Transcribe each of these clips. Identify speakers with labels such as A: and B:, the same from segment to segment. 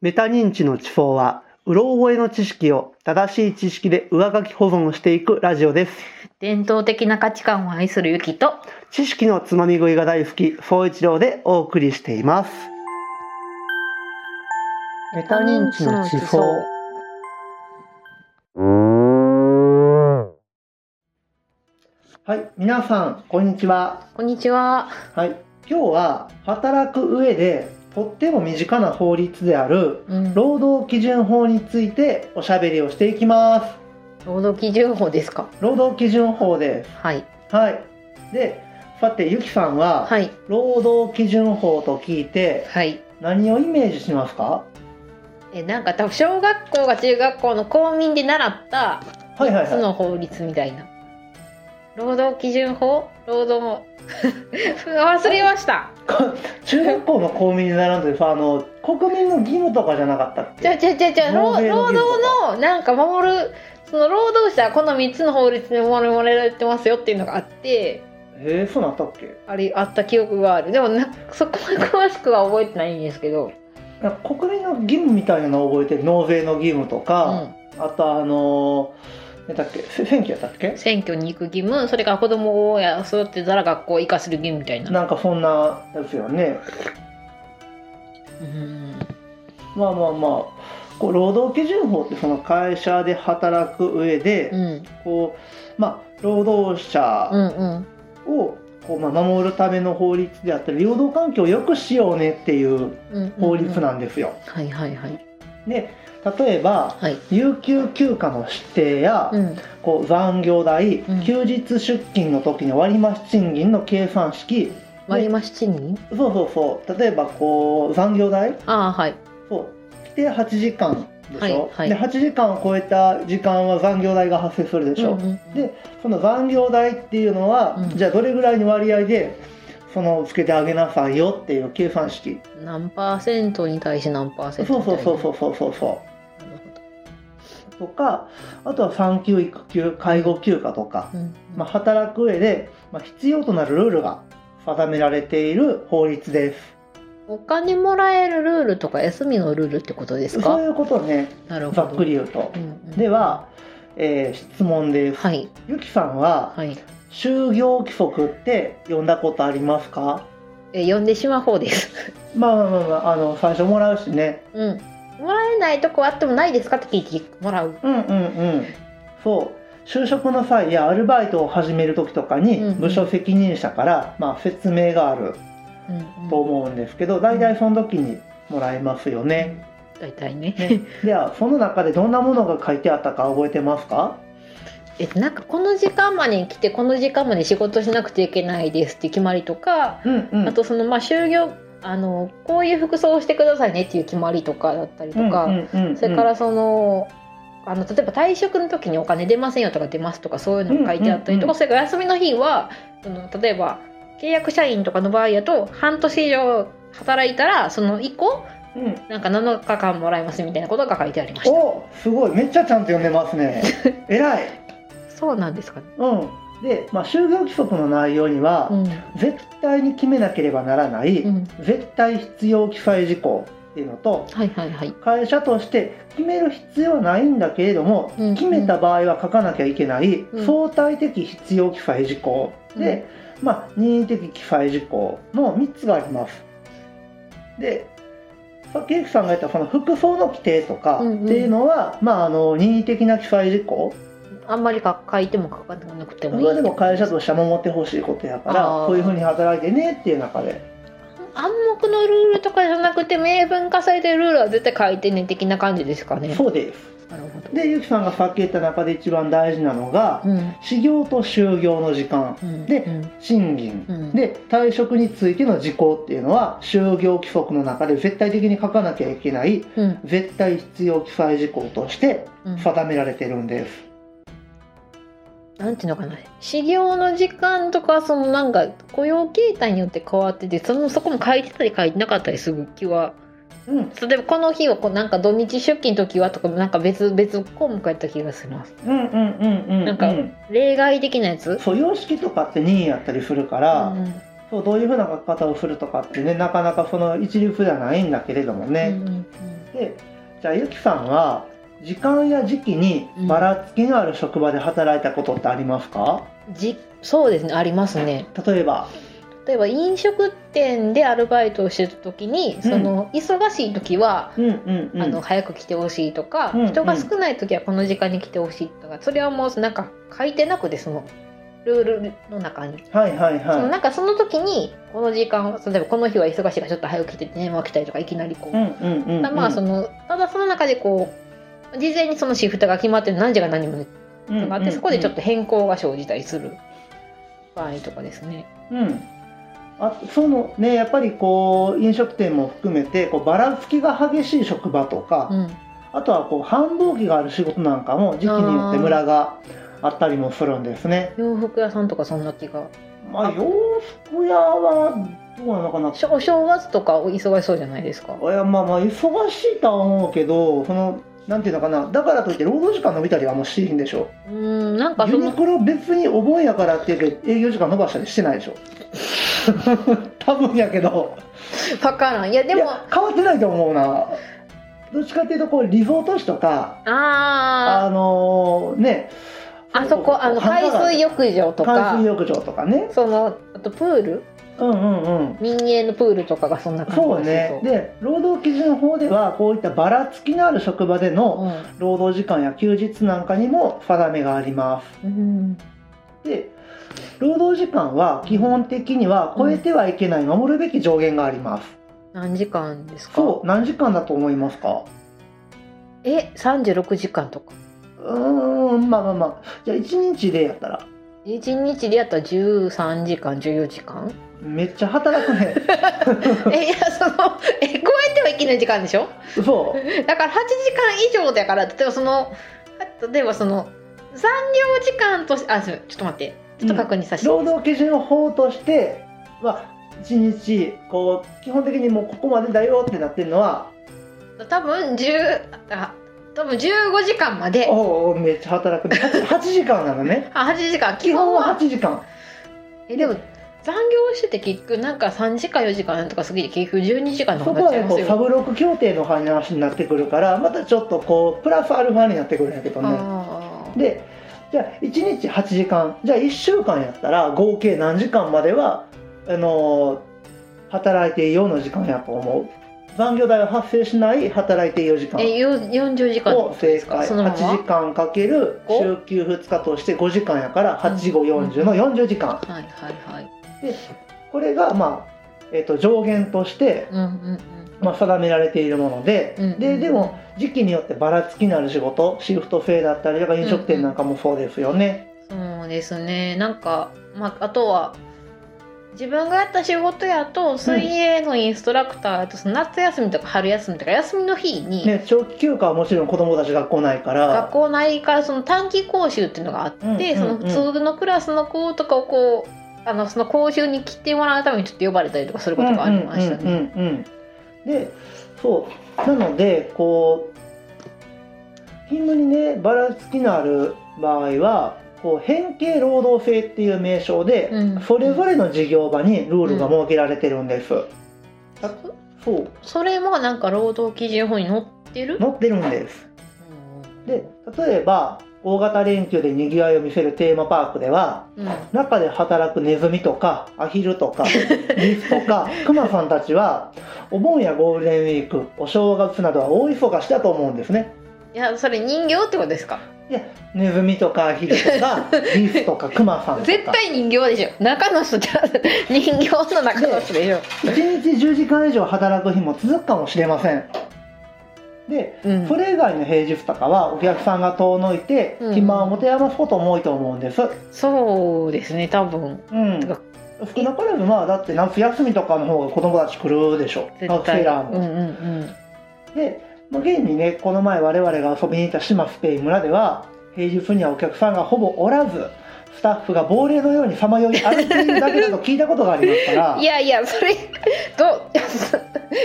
A: メタ認知の地方は、うろ覚えの知識を正しい知識で上書き保存していくラジオです。
B: 伝統的な価値観を愛するユキと
A: 知識のつまみ食いが大好き、フォーイチローでお送りしています。メタ認知の地方。はい、皆さん、こんにちは。
B: こんにちは
A: はい、今日は働く上でとっても身近な法律である
B: うん
A: 労
B: 労
A: 働基準法についておしゃべりをしていきます
B: 働基準法ですか
A: 労働基準法で
B: はい
A: すはいでさてゆきさんは、
B: はい
A: 労働基準法と聞いて
B: はい
A: 何をイメージしますか
B: えなんか多分小学校が中学校の公民で習った
A: はいはい
B: そ
A: はい
B: の法律みたいな、労働基準法労働 忘れました
A: 中学校の公民に並んでさあの国民の義務とかじゃなかったっ
B: じゃ
A: け
B: あじゃあじゃあじゃあ労
A: 納税の義
B: 労
A: 務とか
B: 働のなんか守るその労働者はこの3つの法律で守られてますよっていうのがあって
A: えー、そうなったっけ
B: あれあった記憶があるでもなそこまで詳しくは覚えてないんですけど、
A: なんか国民の義務みたいなのを覚えてる納税の義務とか、
B: う
A: あとあのー、なんだっけせ選挙やったっけ
B: ん、選挙に行く義務それから子供を親育てたら学校行かせる義務みたいな
A: なんかそんなですよね
B: うん
A: まあまあまあこう労働基準法ってその会社で働く上で、
B: うん
A: こうまあ労働者
B: うんうん
A: をこう、まあ、守るための法律であったり労働環境を良くしようねっていう
B: うん
A: 法律なん
B: で
A: ですよ。
B: はいはいはい
A: で例えば
B: はい
A: 有給休暇の指定や、
B: うん
A: こう残業代、
B: うん
A: 休日出勤の時に割増賃金の計算式
B: 割増賃金
A: そうそうそう例えばこう残業代
B: ああはい
A: そう規定8時間でしょ、
B: はいはい
A: で8時間を超えた時間は残業代が発生するでしょ、
B: うんうんうん
A: でその残業代っていうのは、
B: うん
A: じゃあどれぐらいの割合でそのつけてあげなさいよっていう計算式
B: 何パーセントに対して何パーセ
A: そう
B: ン
A: そ
B: トみたいうな
A: そうそうそうそうそ
B: なるほど
A: うとかあとは産休育休介護休暇とか、
B: うん
A: まあ、働く上で、まあ、必要となるルールが定められている法律です
B: お金もらえるルールとか休みのルールってことです
A: そう
B: か
A: いうことね
B: なるほ
A: ざっ
B: ど
A: くり言うと
B: う、んうん
A: では、えー質問です、
B: はい
A: ゆきさんは、
B: はい
A: 就業規則って読んだことありますか
B: え呼んでしまう方です
A: まあまあまあ,、まあ、あの最初もらうしね
B: うんもらえないとこあってもないですかって聞いてもらう
A: うんうんうんそう就職の際やアルバイトを始める時とかに
B: うんうん
A: 部署責任者から、まあ、説明がある
B: うんうん
A: と思うんですけど、大体その時にもらえますよね。
B: 大体ね
A: ねではその中でどんなものが書いてあったか覚えてますか
B: えなんかこの時間までに来てこの時間まで仕事しなくちゃいけないですって決まりとか、
A: うんうん
B: あとそのまあ就業あのこういう服装をしてくださいねっていう決まりとかだったりとか、
A: うんうんうんうん
B: それからそのあの例えば退職の時にお金出ませんよとか出ますとかそういうのが書いてあったりと
A: うんうんう
B: か、それから休みの日はその例えば契約社員とかの場合だと半年以上働いたらその以降
A: うん
B: なんか7日間もらえますみたいなことが書いてありました。
A: おすごいめっちゃちゃんと読んでます ね偉い
B: そうなんですかね。
A: うんで、まあ、就業規則の内容には、
B: うん、
A: 絶対に決めなければならない、
B: うん、
A: 絶対必要記載事項っていうのと
B: はいはいはい。
A: 会社として決める必要はないんだけれども、
B: うん
A: 決めた場合は書かなきゃいけない、
B: うん
A: 相対的必要記載事項で、まあ、任意的記載事項の3つがあります。でさっきエクさんが言ったその服装の規定とか
B: うんうん
A: っていうのは、まあ、あの任意的な記載事項
B: あんまりか書いても書かなくてもい
A: そ
B: い
A: れはでも会社としては守ってほしいことやから
B: あー
A: こういうふうに働いてねっていう中で
B: 暗黙のルールとかじゃなくて明文化されてるルールは絶対書いてね的な感じですかね
A: そうです。
B: なるほど
A: でゆきさんがさっき言った中で一番大事なのが、
B: うん
A: 始業と就業の時間
B: うん
A: で
B: うん
A: 賃金、
B: うん
A: で退職についての事項っていうのは就業規則の中で絶対的に書かなきゃいけない
B: うん
A: 絶対必要記載事項として
B: うん
A: 定められてるんです、
B: なんていうのかな修行の時間とかそのなんか雇用形態によって変わっててそのそこも書いてたり書いてなかったりする気は
A: うん
B: 例えばこの日はこうなんか土日出勤の時はとかなんか別別項目やった気がします
A: うんうんうんうんうん
B: なんか例外的なやつ
A: そう様式とかって任意やったりするから、
B: うん
A: そうどういうふうな書き方をするとかってねなかなかその一律ではないんだけれどもね、
B: うんうんうん
A: でじゃあゆきさんは時間や時期にばらつきのある職場で働いたことってありますか、
B: じそうですねありますね
A: 例えば
B: 例えば飲食店でアルバイトをしてた時にその忙しい時は、
A: うんうんうん
B: あの早く来てほしいとか、
A: うんうん
B: 人が少ない時はこの時間に来てほしいとかそれはもうなんか書いてなくてそのルールの中に、
A: はいはい
B: その
A: は
B: なんかその時にこの時間は例えばこの日は忙しいからちょっと早く来て電話来たりとかいきなりこう、
A: いうんうんうんうん
B: まあそのただその中でこう事前にそのシフトが決まってる何時が何も
A: うんう
B: と
A: ん
B: かあってそこでちょっと変更が生じたりする場合とかですね。
A: うんあそのねやっぱりこう飲食店も含めてこうばらつきが激しい職場とか、
B: うん
A: あとはこう繁忙期がある仕事なんかも時期によってムラがあったりもするんですね。
B: 洋服屋さんとかそんな気が
A: まあ洋服屋はどうなのかな
B: しょお正月とかお忙しそうじゃないですか
A: いやまあまあ忙しいとは思うけどそのなんていうのかなだからといって労働時間伸びたりはもうしていいんでしょ
B: うーんなんかそ
A: ユニ
B: の
A: クロ別にお盆やからって言って営業時間伸ばしたりしてないでしょ 多分やけど
B: わからんいやで
A: い
B: も
A: や変わってないと思うなどっちかっていうとこうリゾート地とか
B: あー
A: あのーね
B: あそこあの
A: 繁華
B: 海
A: 街
B: 水浴場とか
A: 海水浴場とかね
B: そのあとプール
A: うんうんうん
B: 民営のプールとかがそんな感じ
A: そうねで労働基準法ではこういったばらつきのある職場での
B: う
A: 労働時間や休日なんかにも定めがありま
B: ん、
A: すで労働時間は基本的には超えてはいけない守るべき上限があります、
B: 何時間ですか
A: そう何時間だと思いますか
B: え36時間とか
A: うーんまあまあまあじゃあ1日でやったら
B: 1日でやったら13時間14時間
A: めっちゃ働くね
B: えいやそのえ超えてはいけない時間でしょ
A: そ
B: だから8時間以上だから例えばその例えばその残業時間としあそうちょっと待ってちょっと確認させ
A: う
B: て、
A: 労働基準法としては1日こう基本的にもうここまでだよってなってるのは
B: 多分10あ多分15時間まで
A: おうおうめっちゃ働くね 8, 時間なのね
B: あ8時間基
A: 基
B: 本
A: 本
B: は
A: は8時間
B: えでも残業してて結局なんか3時間4時間とか過ぎて結局12時間と
A: そ
B: か
A: こは
B: なっちゃい
A: ね
B: ま
A: こ
B: す
A: うサ
B: よ
A: ブロック協定の話になってくるからまたちょっとこうプラスアルファになってくるんやけどね
B: あー
A: でじゃあ1日8時間じゃあ1週間やったら合計何時間まではあのー働いていいようの時間やと思う残業代は発生しない働いていいよ時間
B: えよ40時間ってこ
A: を
B: と
A: 正
B: ですか
A: 解
B: そのま
A: 8
B: ま
A: 時間かける
B: 五
A: 週休2日として5時間やから8540の40時間
B: はいはいはい
A: これが、まあえっと上限として、
B: うんうん
A: まあ、定められているもので,、
B: うんうん
A: ででも時期によってばらつきのある仕事シフト制だったりとか飲食店なんかもそうですよね。
B: そうですねなんか、まあ、あとは自分がやった仕事やと水泳のインストラクターやと、その夏休みとか春休みとか休みの日に、
A: ね長期休暇はもちろん子供たち学校ないから
B: 学校内からその短期講習っていうのがあって、
A: うんうんうん
B: その普通のクラスの子とかをこうあのその講習に来てもらうためにちょっと呼ばれたりとかすることがありました
A: うんうん
B: ね。
A: うんうんでそうなのでこう勤務にねばらつきのある場合はこう変形労働制っていう名称で、
B: うん
A: それぞれの事業場にルールが設けられてるんです。あそう
B: それもなんか労働基準法に載ってる、
A: 載ってるんです。
B: うん
A: で例えば大型連休でにぎわいを見せるテーマパークでは
B: うん
A: 中で働くネズミとかアヒルと かリスとかクマさんたちはお盆やゴールデンウィークお正月などは大忙しだと思うんですね
B: いやそれ人形ってことですか
A: ネズミとかアヒルと かリスとかクマさんと
B: 絶
A: か
B: 対人形でしょ中の人じゃ人形の中の人でしょ、
A: 1日10時間以上働く日も続くかもしれませんで
B: うん
A: それ以外の平日とかはお客さんが遠のいて
B: うん
A: 暇を持て余すことも多いと思うんです、
B: そうですね多分
A: うん
B: てか
A: 少なからずまあだって夏休みとかの方が子供たち来るでしょ
B: 絶
A: 学
B: 対
A: 生らも、
B: うんうん
A: で、まあ、現にねこの前我々が遊びに行った島スペイン村では平日にはお客さんがほぼおらずスタッフが亡霊のようにさまよい歩いているだけだと聞いたことがありますから
B: うんいやいやそれ どう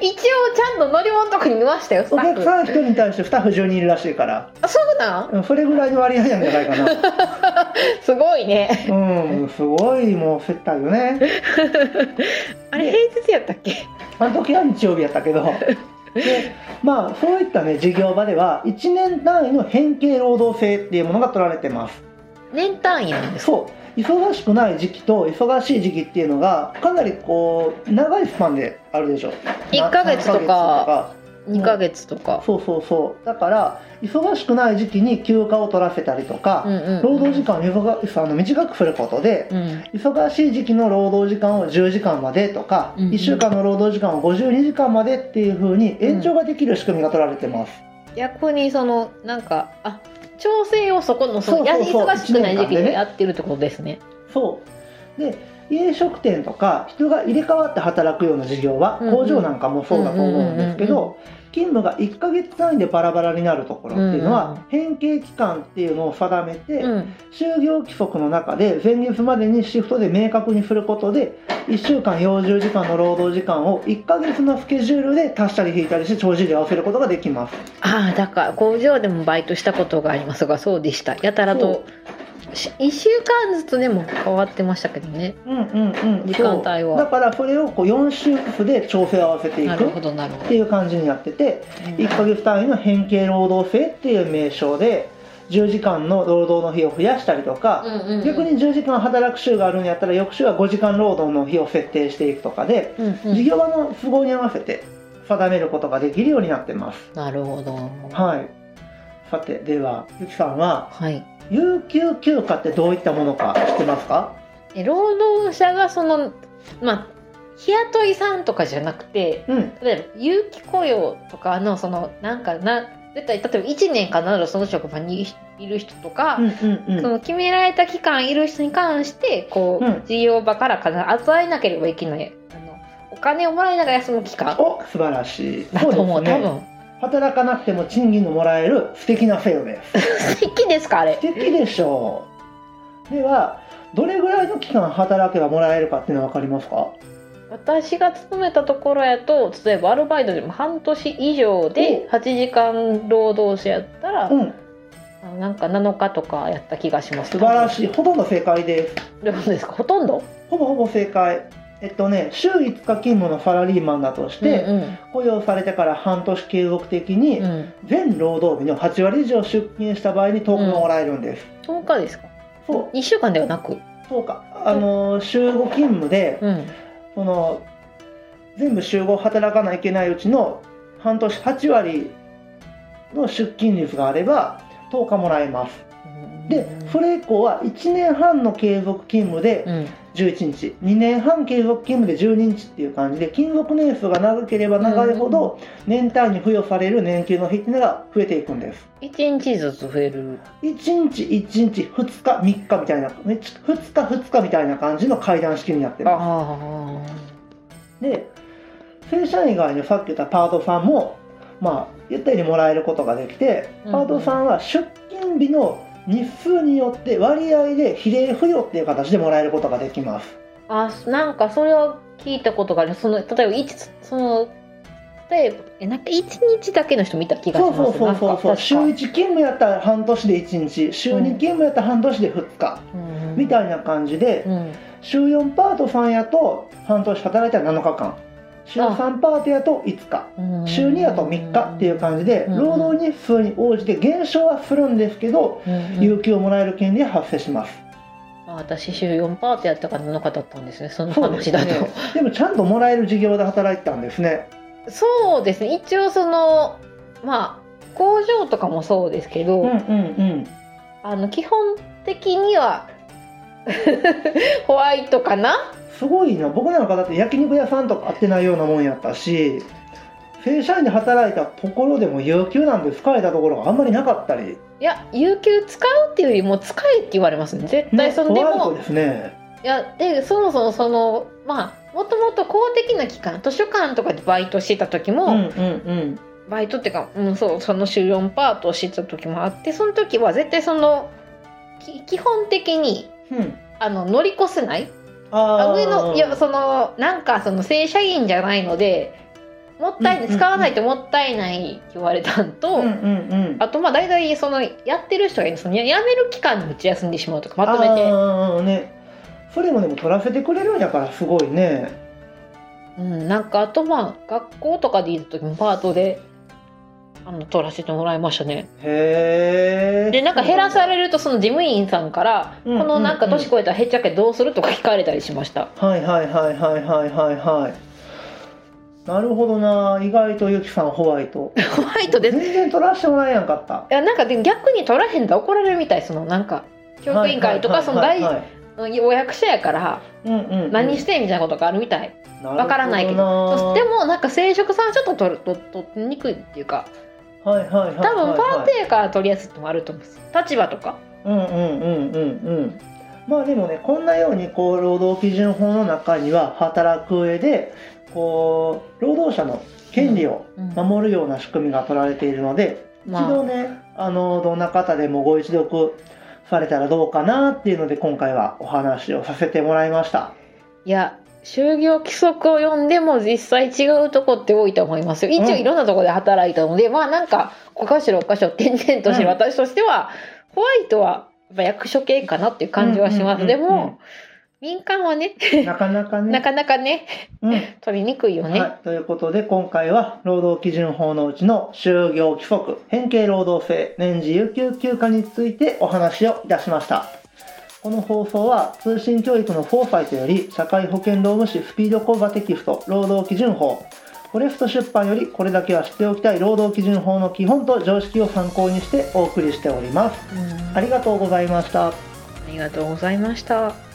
B: 一応ちゃんと乗り物とかに見ましたよスタ
A: お
B: ッ
A: 客
B: フ
A: さん1人に対してスタッフ10人いるらしいから
B: あそうなん
A: うんそれぐらいの割合なんじゃないか な
B: すごいね
A: うんすごいもう接待よね
B: あれ平日やったっけ
A: あの時は日曜日やったけどでまあそういったね事業場では1年単位の変形労働制っていうものが取られてます
B: 年単位なんですか
A: そう忙しくない時期と忙しい時期っていうのがかなりこう長いスパンであるでしょ
B: 1ヶ月とか
A: 3ヶ月
B: 2ヶ月とか、
A: そうそうそうだから忙しくない時期に休暇を取らせたりと
B: うん
A: か、
B: うんうん
A: 労働時間を忙あの短くすることで、
B: うん
A: 忙しい時期の労働時間を10時間までとか、
B: うんうん
A: 1週間の労働時間を52時間までっていうふうに延長ができる仕組みが取られてます、
B: 逆にそのなんかあ調整をそこのその
A: そうそうそう
B: やり忙しくない時
A: 一年間
B: 期
A: で
B: に
A: ね
B: やってるってことですね。
A: そうで飲食店とか人が入れ替わって働くような事業は、
B: うんうん
A: 工場なんかもそうだと思うんですけ
B: うんうん
A: ど勤務が1ヶ月単位でバラバラになるところっていうの
B: うんうん
A: は、変形期間っていうのを定めて、
B: うん、
A: 就業規則の中で前日までにシフトで明確にすることで1週間40時間の労働時間を1ヶ月のスケジュールで足したり引いたりして帳尻を合わせることができます
B: ああだから工場でもバイトしたことがありますがそうでしたやたらとし1週間ずつでも変わってましたけどね
A: うんうんうん
B: 時間帯は
A: そうだからそれをこう4週ずつで調整を合わせてい
B: な
A: く
B: る
A: っ
B: ほどなるほ
A: て
B: ど、
A: いう感じになってて
B: うん
A: 1ヶ月単位の変形労働制っていう名称で10時間の労働の日を増やしたりとか
B: うんうんうん
A: 逆に10時間働く週があるんやったら翌週は5時間労働の日を設定していくとかで
B: うんうん
A: 事業場の都合に合わせて定めることができるようになってます。
B: なるほど
A: はい。さて、では、ゆきさんは、
B: はい
A: 有給休暇ってどういったものか知ってますか
B: え労働者がそのまあ日雇いさんとかじゃなくて
A: うん。
B: 例えば有期雇用とかのそのなんかな絶対例えば1年かならその職場にいる人とか、
A: うんうん
B: そ
A: うん。
B: の決められた期間いる人に関してこう、
A: うん
B: 事業場から必ず与えなければいけないあのお金をもらいながら休む期間
A: お素晴らしい。
B: だと思う
A: そうですね。働かなくても賃金のもらえる素敵な制度です。
B: 多分素敵ですかあれ
A: 素敵でしょう。では、どれぐらいの期間働けばもらえるかっていうのは分かりますか
B: 私が勤めたところやと例えばアルバイトでも半年以上で8時間労働者やったら、
A: うん。
B: あのなんか7日とかやった気がします
A: 素晴ら
B: い
A: しい。ほとんど正解です。
B: どういうことですかほとんど
A: ほぼほぼ正解。えっとね、週5日勤務のサラリーマンだとして、
B: うん
A: 雇用されてから半年継続的に
B: うんうん、
A: 全労働日の8割以上出勤した場合に10日がもらえるんです、
B: 10日ですか
A: そう
B: 1週間ではなく、
A: 10日あのー週5勤務で
B: うん、
A: その全部週5働かないといけないうちの半年8割の出勤率があれば10日もらえますでそれ以降は1年半の継続勤務で
B: うん、
A: 11日2年半継続勤務で12日っていう感じで勤続年数が長ければ長いほど年単位に付与される年休の日っていうのが増えていくんです
B: 1日ずつ増える
A: 1日1日2日3日みたいな2日2日みたいな感じの階段式になってま
B: ああ
A: すで正社員以外のさっき言ったパートさんもまあ言ったようにもらえることができて
B: うん
A: パートさんは出勤日の日数によって割合で比例付与っていう形でもらえることができます
B: あなんかそれは聞いたことがあるその例えば一その例えばえなんか1日だけの人見た気がし
A: そう
B: ます
A: そうそうそうそう週
B: なん
A: 1
B: か
A: 勤務やったら半年で1日週2
B: うん
A: 勤務やったら半年で2日
B: 確かうん
A: みたいな感じで
B: うん
A: 週4パートさんやと半年働いたら7日間週3パートやと5日
B: うん
A: 週2やと3日っていう感じで
B: うん
A: 労働日数に応じて減少はするんですけど
B: うんうん
A: 有給をもらえる権利は発生します
B: あ私週4パートやったから7日だったんですねその
A: そうで
B: 話
A: す
B: だ
A: ね
B: と
A: でもちゃんともらえる事業で働いてたんですね
B: そうですね一応そのまあ工場とかもそうですけど、
A: うんうん
B: あの基本的には ホワイトかな
A: うんすごいな僕なんかだって焼肉屋さんとか会ってないようなもんやったし正社員で働いたところでも有給なんて使えたところがあんまりなかったり
B: いや有給使うっていうよりも使えって言われますね絶対その、
A: ね
B: で
A: ホワイト
B: も
A: ですね
B: いやでそもそもそのまあもともと公的な機関図書館とかでバイトしてた時も、
A: うんうんうん
B: バイトっていうか、うん、そうその週4パートをしてた時もあってその時は絶対そのき基本的に
A: うん
B: あの乗り越せない
A: あー
B: あ上のいやそのなんかその正社員じゃないのでもったい、
A: うんうんうん
B: 使わないともったいないって言われたんと、
A: うんうんうん
B: あとまあ大体そのやってる人がいるそのややめる期間にうち休んでしまうとかまとめて
A: あーねそれもでも取らせてくれるんやからすごいね
B: うん、なんかあとまあ学校とかでいる時もパートであの取らせてもらいましたね
A: へえ
B: でなんか減らされ
A: る
B: るとその事務員さんから、
A: うん
B: このなんか
A: うんうん
B: 年越えたら減っちゃうけどどうするとか聞かれたりしました
A: はいはいはいはいはいはいはいなるほどな意外とゆきさん ホワイト
B: ホワイトです
A: 全然取らせてもらえやんかった
B: いやなんかでも逆に取らへんと怒られるみたいそのなんか教育委員会とかその大
A: はいはいはい
B: お役所やから
A: うんうんうん
B: 何してみたいなことがあるみたいわからないけどそうで
A: でも
B: もなんか生殖さんはちょっと取ると取りにくいっていうか
A: はいはいはいはい
B: 多分パー
A: テ
B: ティーから取りやすいってのもあると思うんです立場とか
A: うんうんうんうんうんまあでもねこんなようにこう労働基準法の中には働く上でこう労働者の権利を
B: うん
A: 守るような仕組みが取られているので、一度
B: ま
A: ねあのどんな方でもご一読されたらどうかなっていうので今回はお話をさせてもらいました
B: あいや就業規則を読んでも実際違うとこって多いと思いますよ一
A: う
B: 応
A: ん
B: いろんなとこで働いたので、まあなんか5か所6か所転々としてる
A: うん
B: 私としては、ホワイトはやっぱ役所系かなっていう感じはしま
A: う
B: す、
A: んうん
B: で
A: うんうん
B: も民間はね
A: なかなかね
B: なかなかね
A: うん
B: 取りにくいよね、
A: はい、ということで今回は労働基準法のうちの就業規則変形労働制年次有給休暇についてお話をいたしましたこの放送は通信教育のフォーサイトより社会保険労務士スピード講座テキスト労働基準法コレフト出版よりこれだけは知っておきたい労働基準法の基本と常識を参考にしてお送りしております
B: うん
A: ありがとうございました
B: ありがとうございました。